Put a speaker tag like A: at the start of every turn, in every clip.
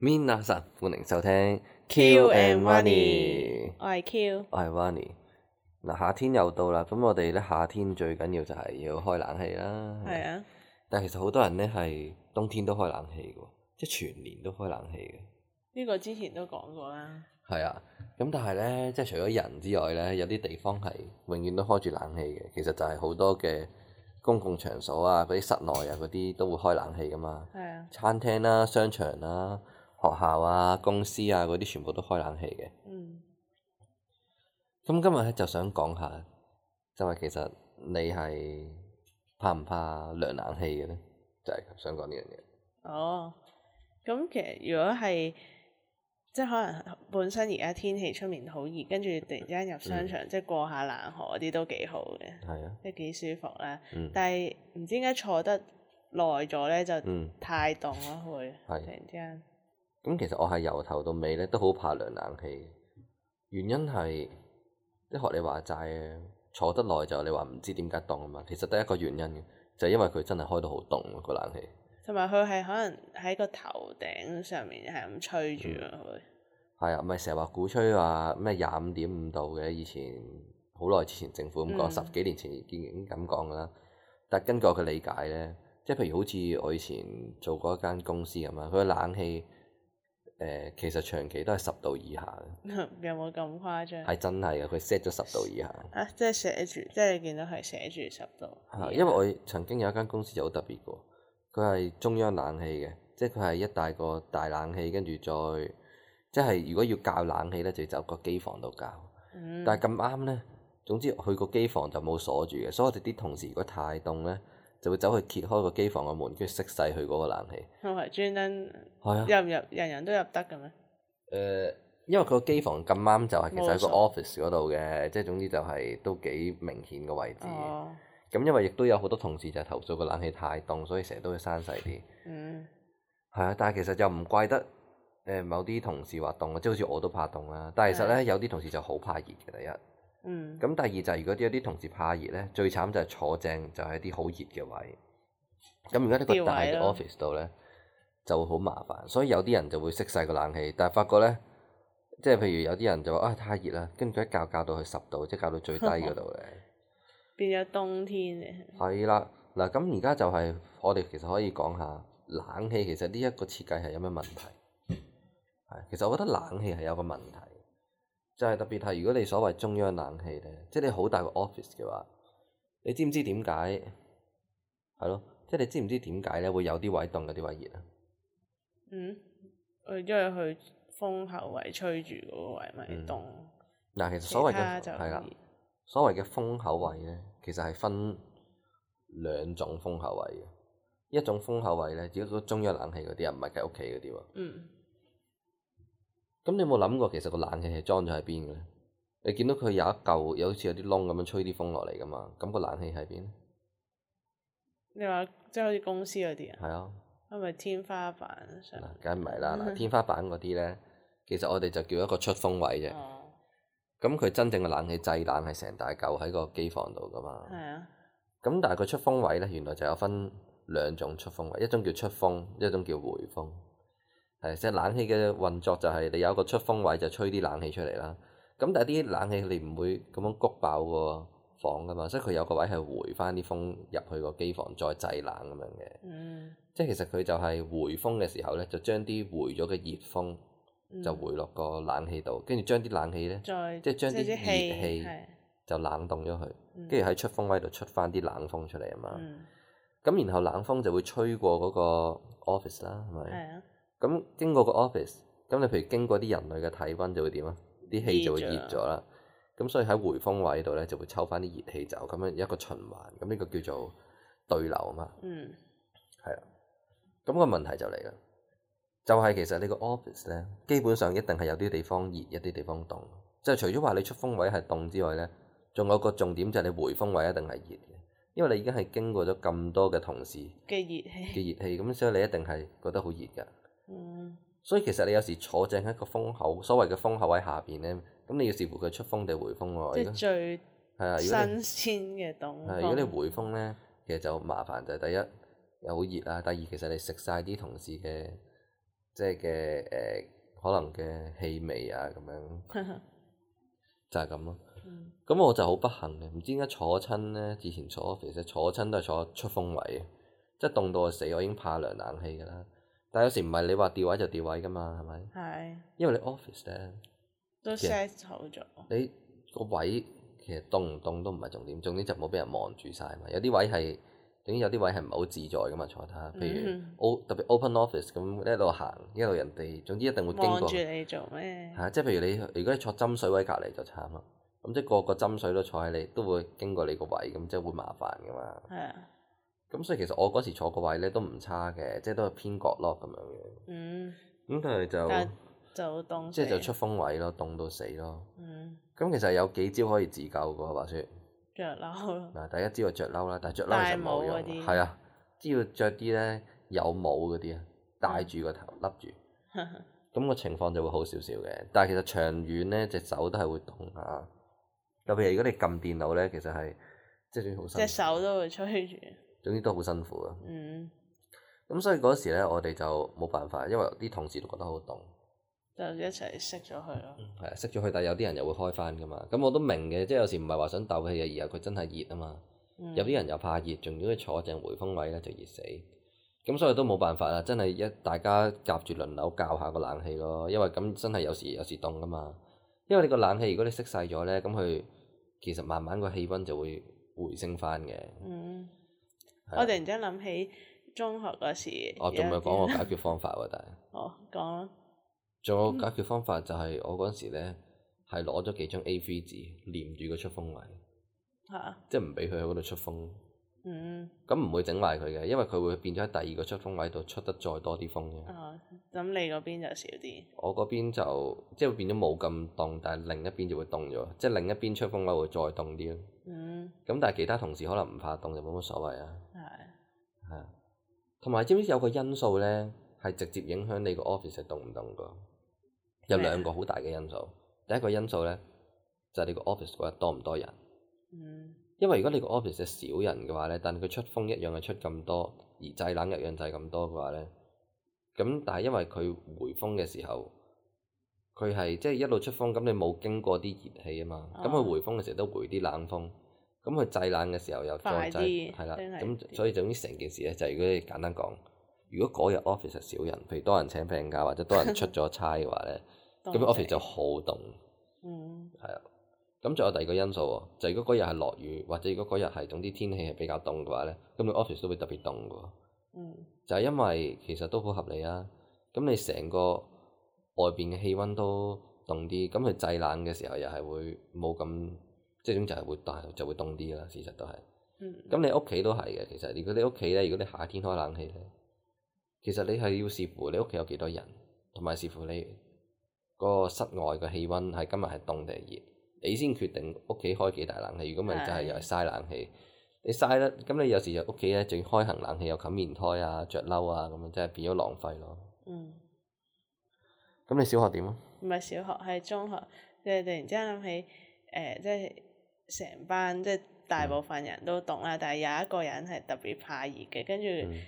A: Minna 神，歡迎收聽
B: Q
A: Q and
B: and
A: Money，
B: 我係 Q，
A: 我係 Money。嗱，夏天又到啦，咁我哋咧夏天最緊要就係要開冷氣啦。
B: 係。啊，
A: 但其實好多人咧係冬天都開冷氣嘅喎，即係全年都開冷氣嘅。
B: 呢、個之前都講過啦，
A: 係啊，咁但係咧，即係除咗人之外咧，有啲地方係永遠都開住冷氣嘅。其實就係好多嘅公共場所啊，嗰啲室內啊，嗰啲都會開冷氣噶嘛。
B: 係啊，
A: 餐廳啦、商場啦、學校啊、公司啊嗰啲，全部都開冷氣嘅。
B: 嗯，
A: 咁今日咧就想講下，就係其實你係怕唔怕涼冷氣嘅咧？就係、想講呢樣嘢。
B: 哦，咁其實如果係即係可能本身而家天氣出面好熱，跟住突然之間入商
A: 嗯
B: 場，即係過下冷河嗰啲都幾好嘅，
A: 係啊，
B: 即係幾舒服啦。
A: 嗯
B: 但係唔知點解坐得耐咗咧，就
A: 嗯。
B: 太凍啦，會
A: 係
B: 突然之間，
A: 咁其實我係由頭到尾咧都好怕涼冷氣嘅，原因係即係學你話齋啊，坐得耐就你話唔知點解凍啊嘛，其實得一個原因嘅，就係因為佢真係開到好凍啊個冷氣。
B: 同埋佢係可能喺個頭頂上面係咁吹住啊，
A: 嗯
B: 會
A: 係啊，咪成日話鼓吹話咩廿五點五度嘅，以前好耐之前政府咁講，
B: 嗯
A: 十幾年前已經咁講㗎啦。但根據我嘅理解咧，即係譬如好似我以前做過一間公司咁樣，佢嘅冷氣誒、呃其實長期都係十度以下嘅，
B: 有冇咁誇張？
A: 係真係嘅，佢 set 咗十度以下。
B: 啊，即係寫住，即係你見到係寫住十度。
A: 係，啊因為我曾經有一間公司就好特別嘅，佢係中央冷氣嘅，即係佢係一大個大冷氣，跟住再即係如果要校冷氣咧，就要走個機房度校。
B: 嗯
A: 但係咁啱咧，總之佢個機房就冇鎖住嘅，所以我哋啲同事如果太凍咧，就會走去揭開個機房個門，跟住熄晒佢嗰個冷氣。
B: 同埋專登
A: 係啊，誒、呃
B: 入唔入人人都入得嘅咩？
A: 因為佢個機房咁啱就係其實喺個
B: 冇鎖
A: office 嗰度嘅，即係總之就係都幾明顯嘅位置。
B: 哦，
A: 咁因為亦都有好多同事就係投訴個冷氣太凍，所以成日都會閂細啲。
B: 嗯，
A: 係啊，但係其實又唔怪得誒、呃某啲同事話凍啊，即係好似我都怕凍啦。但係其實咧，有啲同事就好怕熱嘅第一。
B: 嗯，
A: 咁第二就係如果有啲同事怕熱咧，最慘就係坐正就係啲好熱嘅位。咁如果呢個
B: 調位
A: 大嘅
B: 咯
A: office 度咧，就會好麻煩。所以有啲人就會熄晒個冷氣，但係發覺咧，即係譬如有啲人就話啊太熱啦，跟住佢一校校到去十度，即係校到最低嗰度咧。
B: 變咗冬天嘅，
A: 係啦，嗱咁而家就係我哋其實可以講下冷氣，其實呢一個設計係有咩問題？係，其實我覺得冷氣係有個問題，就係、特別係如果你所謂中央冷氣咧，即係你好大個 office 嘅話，你知唔知點解？係咯，即係你知唔知點解咧會有啲位凍，有啲位熱啊？
B: 嗯，我因為佢風後位吹住嗰個位咪
A: 嗯
B: 凍，
A: 嗱，其實
B: 其
A: 所謂
B: 他
A: 嘅
B: 就
A: 係啦
B: 熱，
A: 所謂嘅風口位咧，其實係分兩種風口位嘅。一種風口位咧，如果個中央冷氣嗰啲啊，唔係計屋企嗰啲喎。
B: 嗯，
A: 咁你有冇諗過其實個冷氣係裝咗喺邊嘅咧？你見到佢有一嚿，有好似有啲窿咁樣吹啲風落嚟噶嘛？咁、個冷氣喺邊咧？
B: 你話即係好似公司嗰啲啊，
A: 係啊，
B: 係咪天花板上？
A: 嗱，梗唔係啦，嗱，天花板嗰啲咧，其實我哋就叫一個出風位啫。
B: 哦，
A: 咁佢真正嘅冷氣製冷係成大嚿喺個機房度噶嘛。
B: 係啊，
A: 咁但係佢出風位咧，原來就有分兩種出風位，一種叫出風，一種叫回風。係，即係冷氣嘅運作就係你有一個出風位就吹啲冷氣出嚟啦。咁但係啲冷氣你唔會咁樣谷爆個房噶嘛，所以佢有個位係回翻啲風入去個機房再製冷咁樣嘅。
B: 嗯，
A: 即係其實佢就係回風嘅時候咧，就將啲回咗嘅熱風
B: 嗯
A: 就回落個冷氣度，跟住將啲冷氣咧
B: 再
A: 即係將啲
B: 即係
A: 熱
B: 氣
A: 氣
B: 係
A: 就冷凍咗佢，
B: 嗯
A: 跟住喺出風位度出翻啲冷風出嚟啊嘛。
B: 嗯，
A: 咁然後冷風就會吹過嗰個 office 啦，係咪？
B: 係啊，
A: 咁經過個 office，咁你譬如經過啲人類嘅體温就會點啊？啲氣就會熱
B: 熱
A: 咗
B: 咗
A: 啦。咁所以喺回風位度咧就會抽翻啲熱氣走，咁樣一個循環。咁呢個叫做對流啊嘛，
B: 嗯，
A: 係啦。咁個問題就嚟啦，就係、其實你個 office 咧，基本上一定係有啲地方熱，一啲地方凍。即係除咗話你出風位係凍之外咧，仲有個重點就係你回風位一定係熱嘅，因為你已經係經過咗咁多嘅同事。
B: 嘅熱氣，
A: 嘅熱氣，咁所以你一定係覺得好熱㗎。
B: 嗯，
A: 所以其實你有時坐正喺個風口，所謂嘅風口位下邊咧，咁你要視乎佢出風定回風喎。
B: 即
A: 如果
B: 係最。
A: 係啊，如果你
B: 新鮮嘅凍
A: 係啊
B: 風。
A: 如果你回風咧，啊其實就麻煩就係第一又好熱啦，第二其實你食晒啲同事嘅即係嘅誒，可能嘅氣味啊咁樣，就係咁咯。
B: 嗯
A: 咁我就好不幸嘅，唔知點解坐親咧，之前坐 office 坐親都係坐出風位嘅，即係凍到我死，我已經怕涼冷氣㗎啦。但係有時唔係你話調位就調位㗎嘛，係咪？
B: 係
A: 因為你 office 咧，
B: 都
A: 其實
B: set 好咗，
A: 你個位其實凍唔凍都唔係重點，重點就唔好俾人望住晒嘛。有啲位係，總之有啲位係唔係好自在㗎嘛坐得，譬如
B: 嗯
A: O 特別 open office 咁一路行一路人哋，總之一定會經
B: 望
A: 過。
B: 住你做咩
A: 係？啊，即係譬如你如果你坐斟水位隔離就慘啦，咁即係個個斟水都坐喺你，都會經過你個位，咁即係會麻煩噶嘛。
B: 係啊，
A: 咁所以其實我嗰時坐個位咧都唔差嘅，即係都係偏角落咁樣嘅。
B: 嗯，
A: 咁但係
B: 但
A: 就
B: 就凍
A: 即係就
B: 死
A: 出風位咯，凍到死咯。
B: 嗯
A: 咁其實有幾招可以自救噶話説，
B: 着褸咯，
A: 嗱第一招係着褸啦，但係着褸其實冇
B: 戴帽嗰
A: 用，
B: 啲
A: 係啊，只要着啲咧有帽嗰啲啊，戴住個頭笠住。咁個情況就會好少少嘅。但係其實長遠咧，隻手都係會凍下。特別係如果你撳電腦咧，其實係即係總之好
B: 隻
A: 辛苦，
B: 手都會吹住，
A: 總之都好辛苦啊。
B: 嗯，
A: 咁所以嗰時咧，我哋就冇辦法，因為啲同事都覺得好凍，
B: 就一齊熄咗佢咯，
A: 係啊，熄咗佢，但係有啲人又會開翻噶嘛。咁我都明嘅，即係有時唔係話想鬥氣嘅，而係佢真係熱啊嘛。
B: 嗯
A: 有啲人又怕熱，仲要坐正回風位咧就熱死。咁所以都冇辦法啦，真係一大家夾住輪流教下個冷氣咯，因為咁真係有時有時凍噶嘛。因為你個冷氣如果你熄晒咗咧，咁佢其實慢慢個氣温就會回升翻嘅。
B: 嗯，
A: 係啊
B: 我突然之間諗起中學嗰時，
A: 我仲未
B: 有
A: 講我
B: 啲，
A: 解決方法喎，但係
B: 哦，講咯，
A: 仲有解決方法就係我嗰陣時咧係攞咗幾張 A3 紙黏住個出風位，
B: 係啊，
A: 即係唔俾佢喺嗰度出風。
B: 嗯，
A: 咁唔會整壞佢嘅，因為佢會變咗喺第二個出風位度出得再多啲風嘅。
B: 哦，咁你嗰邊就少啲，
A: 我嗰邊就即係會變咗冇咁凍，但係另一邊就會凍咗，即係另一邊出風位會再凍啲咯。
B: 嗯，
A: 咁但係其他同事可能唔怕凍就冇乜所謂啊，
B: 係，
A: 係啊。同埋知唔知有個因素咧係直接影響你個 office 係凍唔凍噶？有
B: 咩啊
A: 兩個好大嘅因素，第一個因素咧就係、你個 office 嗰日多唔多人，
B: 嗯，
A: 因為如果你個 office 係少人嘅話咧，但係佢出風一樣係出咁多，而製冷一樣製咁多嘅話咧，咁但係因為佢回風嘅時候，佢係即係一路出風，咁你冇經過啲熱氣啊嘛，咁佢、
B: 哦
A: 回風嘅時候都回啲冷風，咁佢製冷嘅時候又再
B: 快
A: 製，
B: 啲
A: 係啦，
B: 真係
A: 咁所以總之成件事咧就係、如果你簡單講，如果嗰日 office 係少人，譬如多人請病假或者多人出咗差嘅 話咧，咁
B: 凍
A: office
B: 死
A: 就好凍。
B: 嗯，
A: 啊咁仲有第二個因素喎，就係如果嗰日係落雨，或者如果嗰日係總之天氣係比較凍嘅話咧，咁你 office 都會特別凍嘅喎。
B: 嗯，
A: 就係因為其實都好合理啊。咁你成個外邊嘅氣温都凍啲，咁佢製冷嘅時候又係會冇咁，即係總之就係會大就會凍啲啦。事實都係。
B: 嗯，
A: 咁你屋企都係嘅，其實如果你屋企咧，如果你夏天開冷氣咧，其實你係要視乎你屋企有幾多人，同埋視乎你個室外嘅氣温係今日係凍定係熱，你先決定屋企開幾大冷氣。如果唔係就係
B: 係
A: 又係嘥冷氣。你嘥得咁你有時就屋企咧，仲要開行冷氣又冚棉胎啊、着褸啊咁樣，真係變咗浪費咯。
B: 嗯。
A: 咁你小學點啊？
B: 唔係小學，係中學，即係突然之間諗起，誒、即係成班即係大部分人都凍啦，但係有一個人係特別怕熱嘅，跟住、
A: 嗯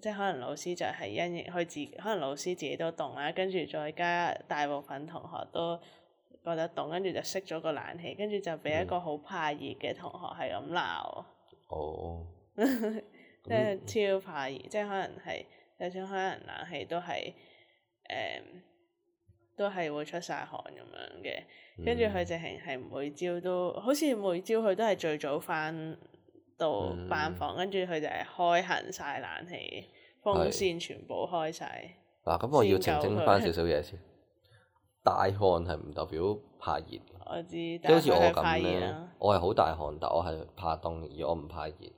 B: 即係可能老師就係因應佢自，可能老師自己都凍啦，跟住再加大部分同學都覺得凍，跟住就熄咗個冷氣，跟住就
A: 嗯
B: 俾一個好怕熱嘅同學係咁鬧，
A: 哦，
B: 即
A: 嗯
B: 係超怕熱，即係可能係就算可能冷氣都係誒、都係會出晒汗咁樣嘅。
A: 嗯
B: 跟住佢直情係每朝都，好似每朝佢都係最早翻到
A: 嗯
B: 班房，跟住佢就係開行晒冷氣、
A: 係
B: 風扇全部開晒。
A: 嗱，嗯啊咁我要
B: 先
A: 澄
B: 夠
A: 清
B: 佢
A: 翻少少嘢先。大汗係唔代表怕熱嘅。
B: 我知，
A: 即係好
B: 但
A: 似
B: 係
A: 我
B: 佢係
A: 咁
B: 怕熱啊
A: 咧
B: 啦，，
A: 我係好大汗，但我係怕凍，而我唔怕熱嘅。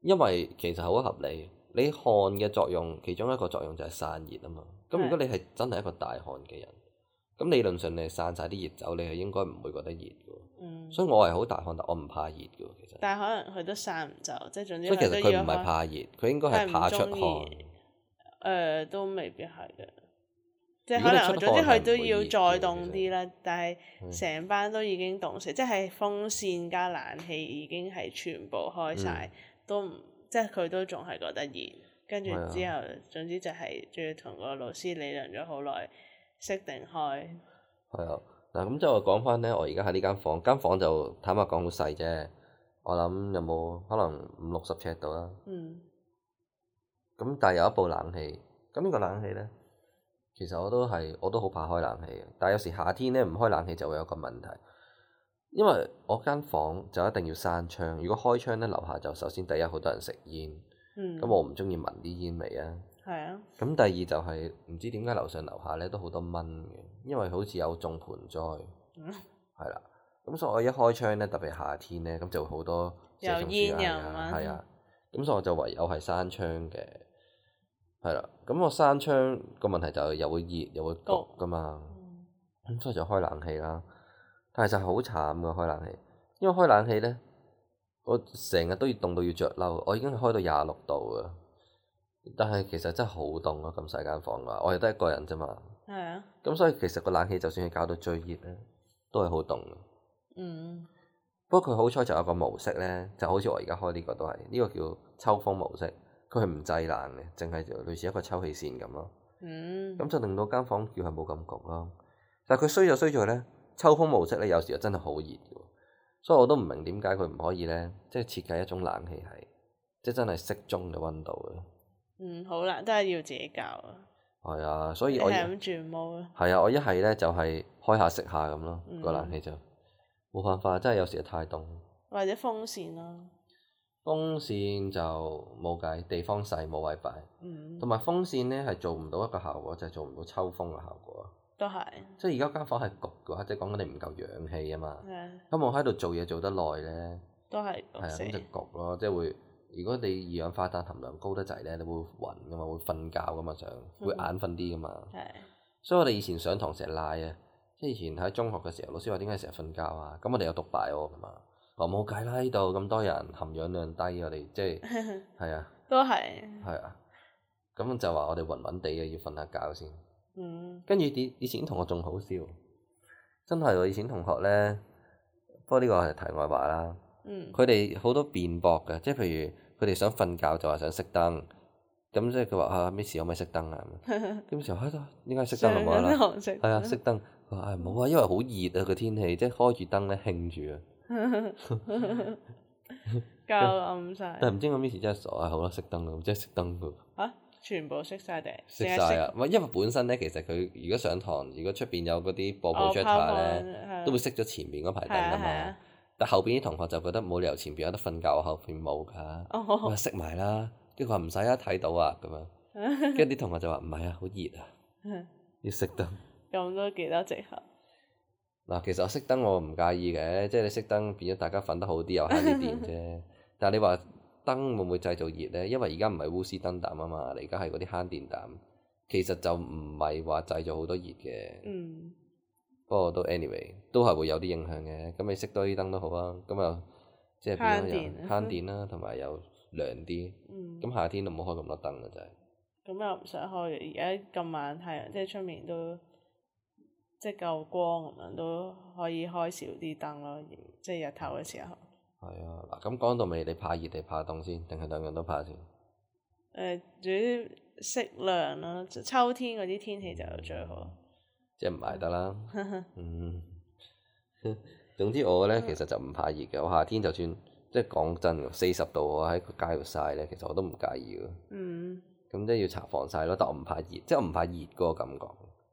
A: 因為其實好合理，你汗嘅作用，其中一個作用就係散熱啊嘛。咁如果你係真係一個大汗嘅人，咁理論上你係散晒啲熱走，你係應該唔會覺得熱嘅喎。
B: 嗯，
A: 所以我係好大汗，但我唔怕熱嘅喎，其實。
B: 但係可能佢都散唔走，即係總之
A: 所以其實
B: 都
A: 佢
B: 要
A: 唔係
B: 開。
A: 怕熱，佢應該係怕出汗。
B: 佢係唔鍾意誒、呃都未必係嘅，即係
A: 如果
B: 可
A: 你
B: 能
A: 出
B: 總之
A: 汗係
B: 佢都
A: 唔會
B: 要
A: 熱嘅
B: 再
A: 其實
B: 凍啲啦。但係
A: 嗯
B: 成班都已經凍死，即係風扇加
A: 嗯
B: 冷氣已經係全部開晒，都唔即係佢都仲係覺得熱。跟住
A: 係啊
B: 之後總之就係仲要同個老師理論咗好耐，識定開，
A: 係啊，嗱咁即係我講翻咧，我而家喺呢間房，間房就坦白講好細啫。我諗有冇可能五六十尺度啦。
B: 嗯
A: 咁但係有一部冷氣，咁呢個冷氣咧，其實我都係我都好怕開冷氣嘅。但係有時夏天咧唔開冷氣就會有個問題，因為我間房就一定要閂窗。如果開窗咧，樓下就首先第一好多人食煙，
B: 嗯，
A: 咁我唔中意聞啲煙味啊。
B: 係啊，
A: 咁第二就係、唔知點解樓上樓下咧都好多蚊嘅，因為好似有種盆栽。
B: 嗯
A: 係啦。咁所以我一開窗咧，特別夏天咧，咁就會好多
B: 又
A: 蛇蟲鼠
B: 煙
A: 蟻
B: 又
A: 啊，
B: 蚊
A: 係啊。咁所以我就唯有係閂窗嘅，係啦。咁我閂窗個問題就係又會熱又會焗
B: 焗
A: 噶嘛，咁所以就開冷氣啦。但係就係好慘噶開冷氣，因為開冷氣咧，我成日都要凍到要着褸，我已經係開到廿六度啊。但係其實真係好凍咯，咁細間房啊，我係得一個人啫嘛。
B: 係啊，
A: 咁所以其實個冷氣就算係搞到最熱咧，都係好凍嘅。
B: 嗯
A: 不過佢好彩就有個模式咧，就好似我而家開呢個都係，呢、個叫抽風模式，佢係唔製冷嘅，淨係類似一個抽氣扇咁咯。
B: 嗯，
A: 咁就令到間房叫係冇咁焗咯。但係佢衰就衰在咧，抽風模式咧有時又真係好熱嘅喎，所以我都唔明點解佢唔可以咧，即係設計一種冷氣係，即係真係適中嘅温度嘅。
B: 嗯好難，都係要自己教啊，
A: 係啊，所以
B: 你
A: 我
B: 係咁轉毛啊，
A: 係啊，我一係咧就係、開下食下咁咯，個冷
B: 嗯
A: 氣就冇辦法，真係有時太凍。
B: 或者風扇咯，
A: 風扇就冇計，地方細冇位擺，
B: 嗯
A: 同，埋風扇咧係做唔到一個效果，就係、做唔到抽風嘅效果。
B: 都係，
A: 即係而家間房係焗嘅話，即係講緊你唔夠氧氣啊嘛。
B: 係啊
A: 咁我喺度做嘢做得耐咧，
B: 都係
A: 係啊，
B: 焗死
A: 咁，就焗咯，即係會。如果你二氧化碳含量高得滯咧，你會暈噶嘛，會瞓覺噶嘛，想會
B: 嗯
A: 眼瞓啲噶嘛。
B: 係，
A: 所以我哋以前上堂成日賴啊，即係以前喺中學嘅時候，老師話點解成日瞓覺啊？咁我哋有讀 bio 噶嘛，我冇計啦，呢度咁多人含氧量低，我哋即係係啊
B: 都係，
A: 係啊，咁就話我哋暈暈地啊嘅要瞓下覺先。
B: 嗯
A: 跟住以以前啲同學仲好笑，真係我以前同學咧，不過呢個係題外話啦。
B: 嗯，
A: 佢哋好多辯駁嘅，即係譬如佢哋想瞓覺就話想熄燈，咁即係佢話啊 Miss 可唔可以熄燈啊？咁時候啊點解熄燈咁冇啦？
B: 韓式，
A: 係啊， 熄燈。佢話：唉，冇啊，因為好熱啊個天氣，即係開住燈咧興住啊。
B: 教暗晒。
A: 但係唔知我 Miss 真係傻啊，好啦，熄燈啦，咁即係熄燈佢
B: 嚇、全部熄晒定係
A: 熄晒啊！唔係因為本身咧，其實佢如果上堂，如果出邊有嗰啲播
B: 哦
A: projector 咧，
B: PowerPoint，
A: 都會熄咗前面嗰排
B: 係
A: 燈
B: 啊
A: 噶
B: 係
A: 嘛
B: 啊。，
A: 但後邊啲同學就覺得冇理由前邊有得瞓覺，我後邊冇㗎。我話
B: 哦，
A: 熄埋啦，跟住佢話唔使啊，睇到啊咁樣。 跟住啲同學就話唔係啊，好熱啊，
B: 嗯
A: 要熄燈。
B: 咁都幾多藉口，
A: 嗱，其實我熄燈我唔介意嘅，即係你熄燈變咗大家瞓得好啲又慳啲電 啫。但係你話燈會唔會製造熱咧？因為而家唔係鎢絲燈膽啊嘛，你而家係嗰啲慳電膽，其實就唔係話製造好多熱嘅。
B: 嗯，
A: 不過都 anyway 都係會有啲影響嘅。咁你熄多啲燈都好啊，咁又即係變咗又
B: 慳電啊
A: 慳電啦，同埋又涼啲。
B: 嗯，咁
A: 咁夏天都唔好開咁多燈啊啦，真係。
B: 又唔想開嘅，而家咁晚太陽，即係出面都即係夠光咁樣，都可以開少啲燈咯，即係日頭嘅時候，誒、
A: 係啊，嗱咁講到尾，你怕熱定怕凍先，定係兩樣都怕先？
B: 主要適量咯，啊秋天嗰啲天氣就最好，
A: 即係唔埋得 啦。嗯， 總之我
B: 嗯
A: 咧其實就唔怕熱嘅，我夏天就算即係講真嘅，四十度我喺個街度曬咧，其實我都唔介意嘅。
B: 嗯，
A: 咁即係要搽防曬咯，但我唔怕熱，即係我唔怕熱嗰個感覺，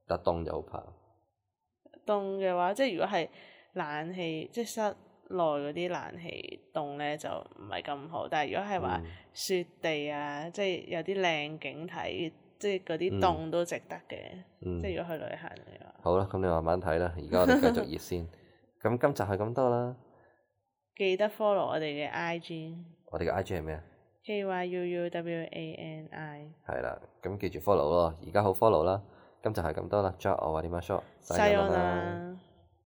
A: 但凍就好怕。
B: 凍嘅話，即係如果係冷氣，即係室內嗰啲冷氣凍咧就唔係咁好，但係如果係話，
A: 嗯
B: 雪地啊，即係有啲靚景睇，即係嗰啲
A: 嗯
B: 凍都值得嘅。
A: 嗯
B: 即係如果去旅行嘅話，
A: 好啦，咁你慢慢睇啦。而家我哋繼續熱 先。咁今集係咁多啦。
B: 記得 follow 我哋嘅 IG
A: 我哋嘅 I G 係咩啊？
B: K Y U U W A N I，
A: 係啦，咁記住 follow 咯。而家好 follow 啦。今集係咁多啦。Jack 我話點啊 short，
B: 西安啊。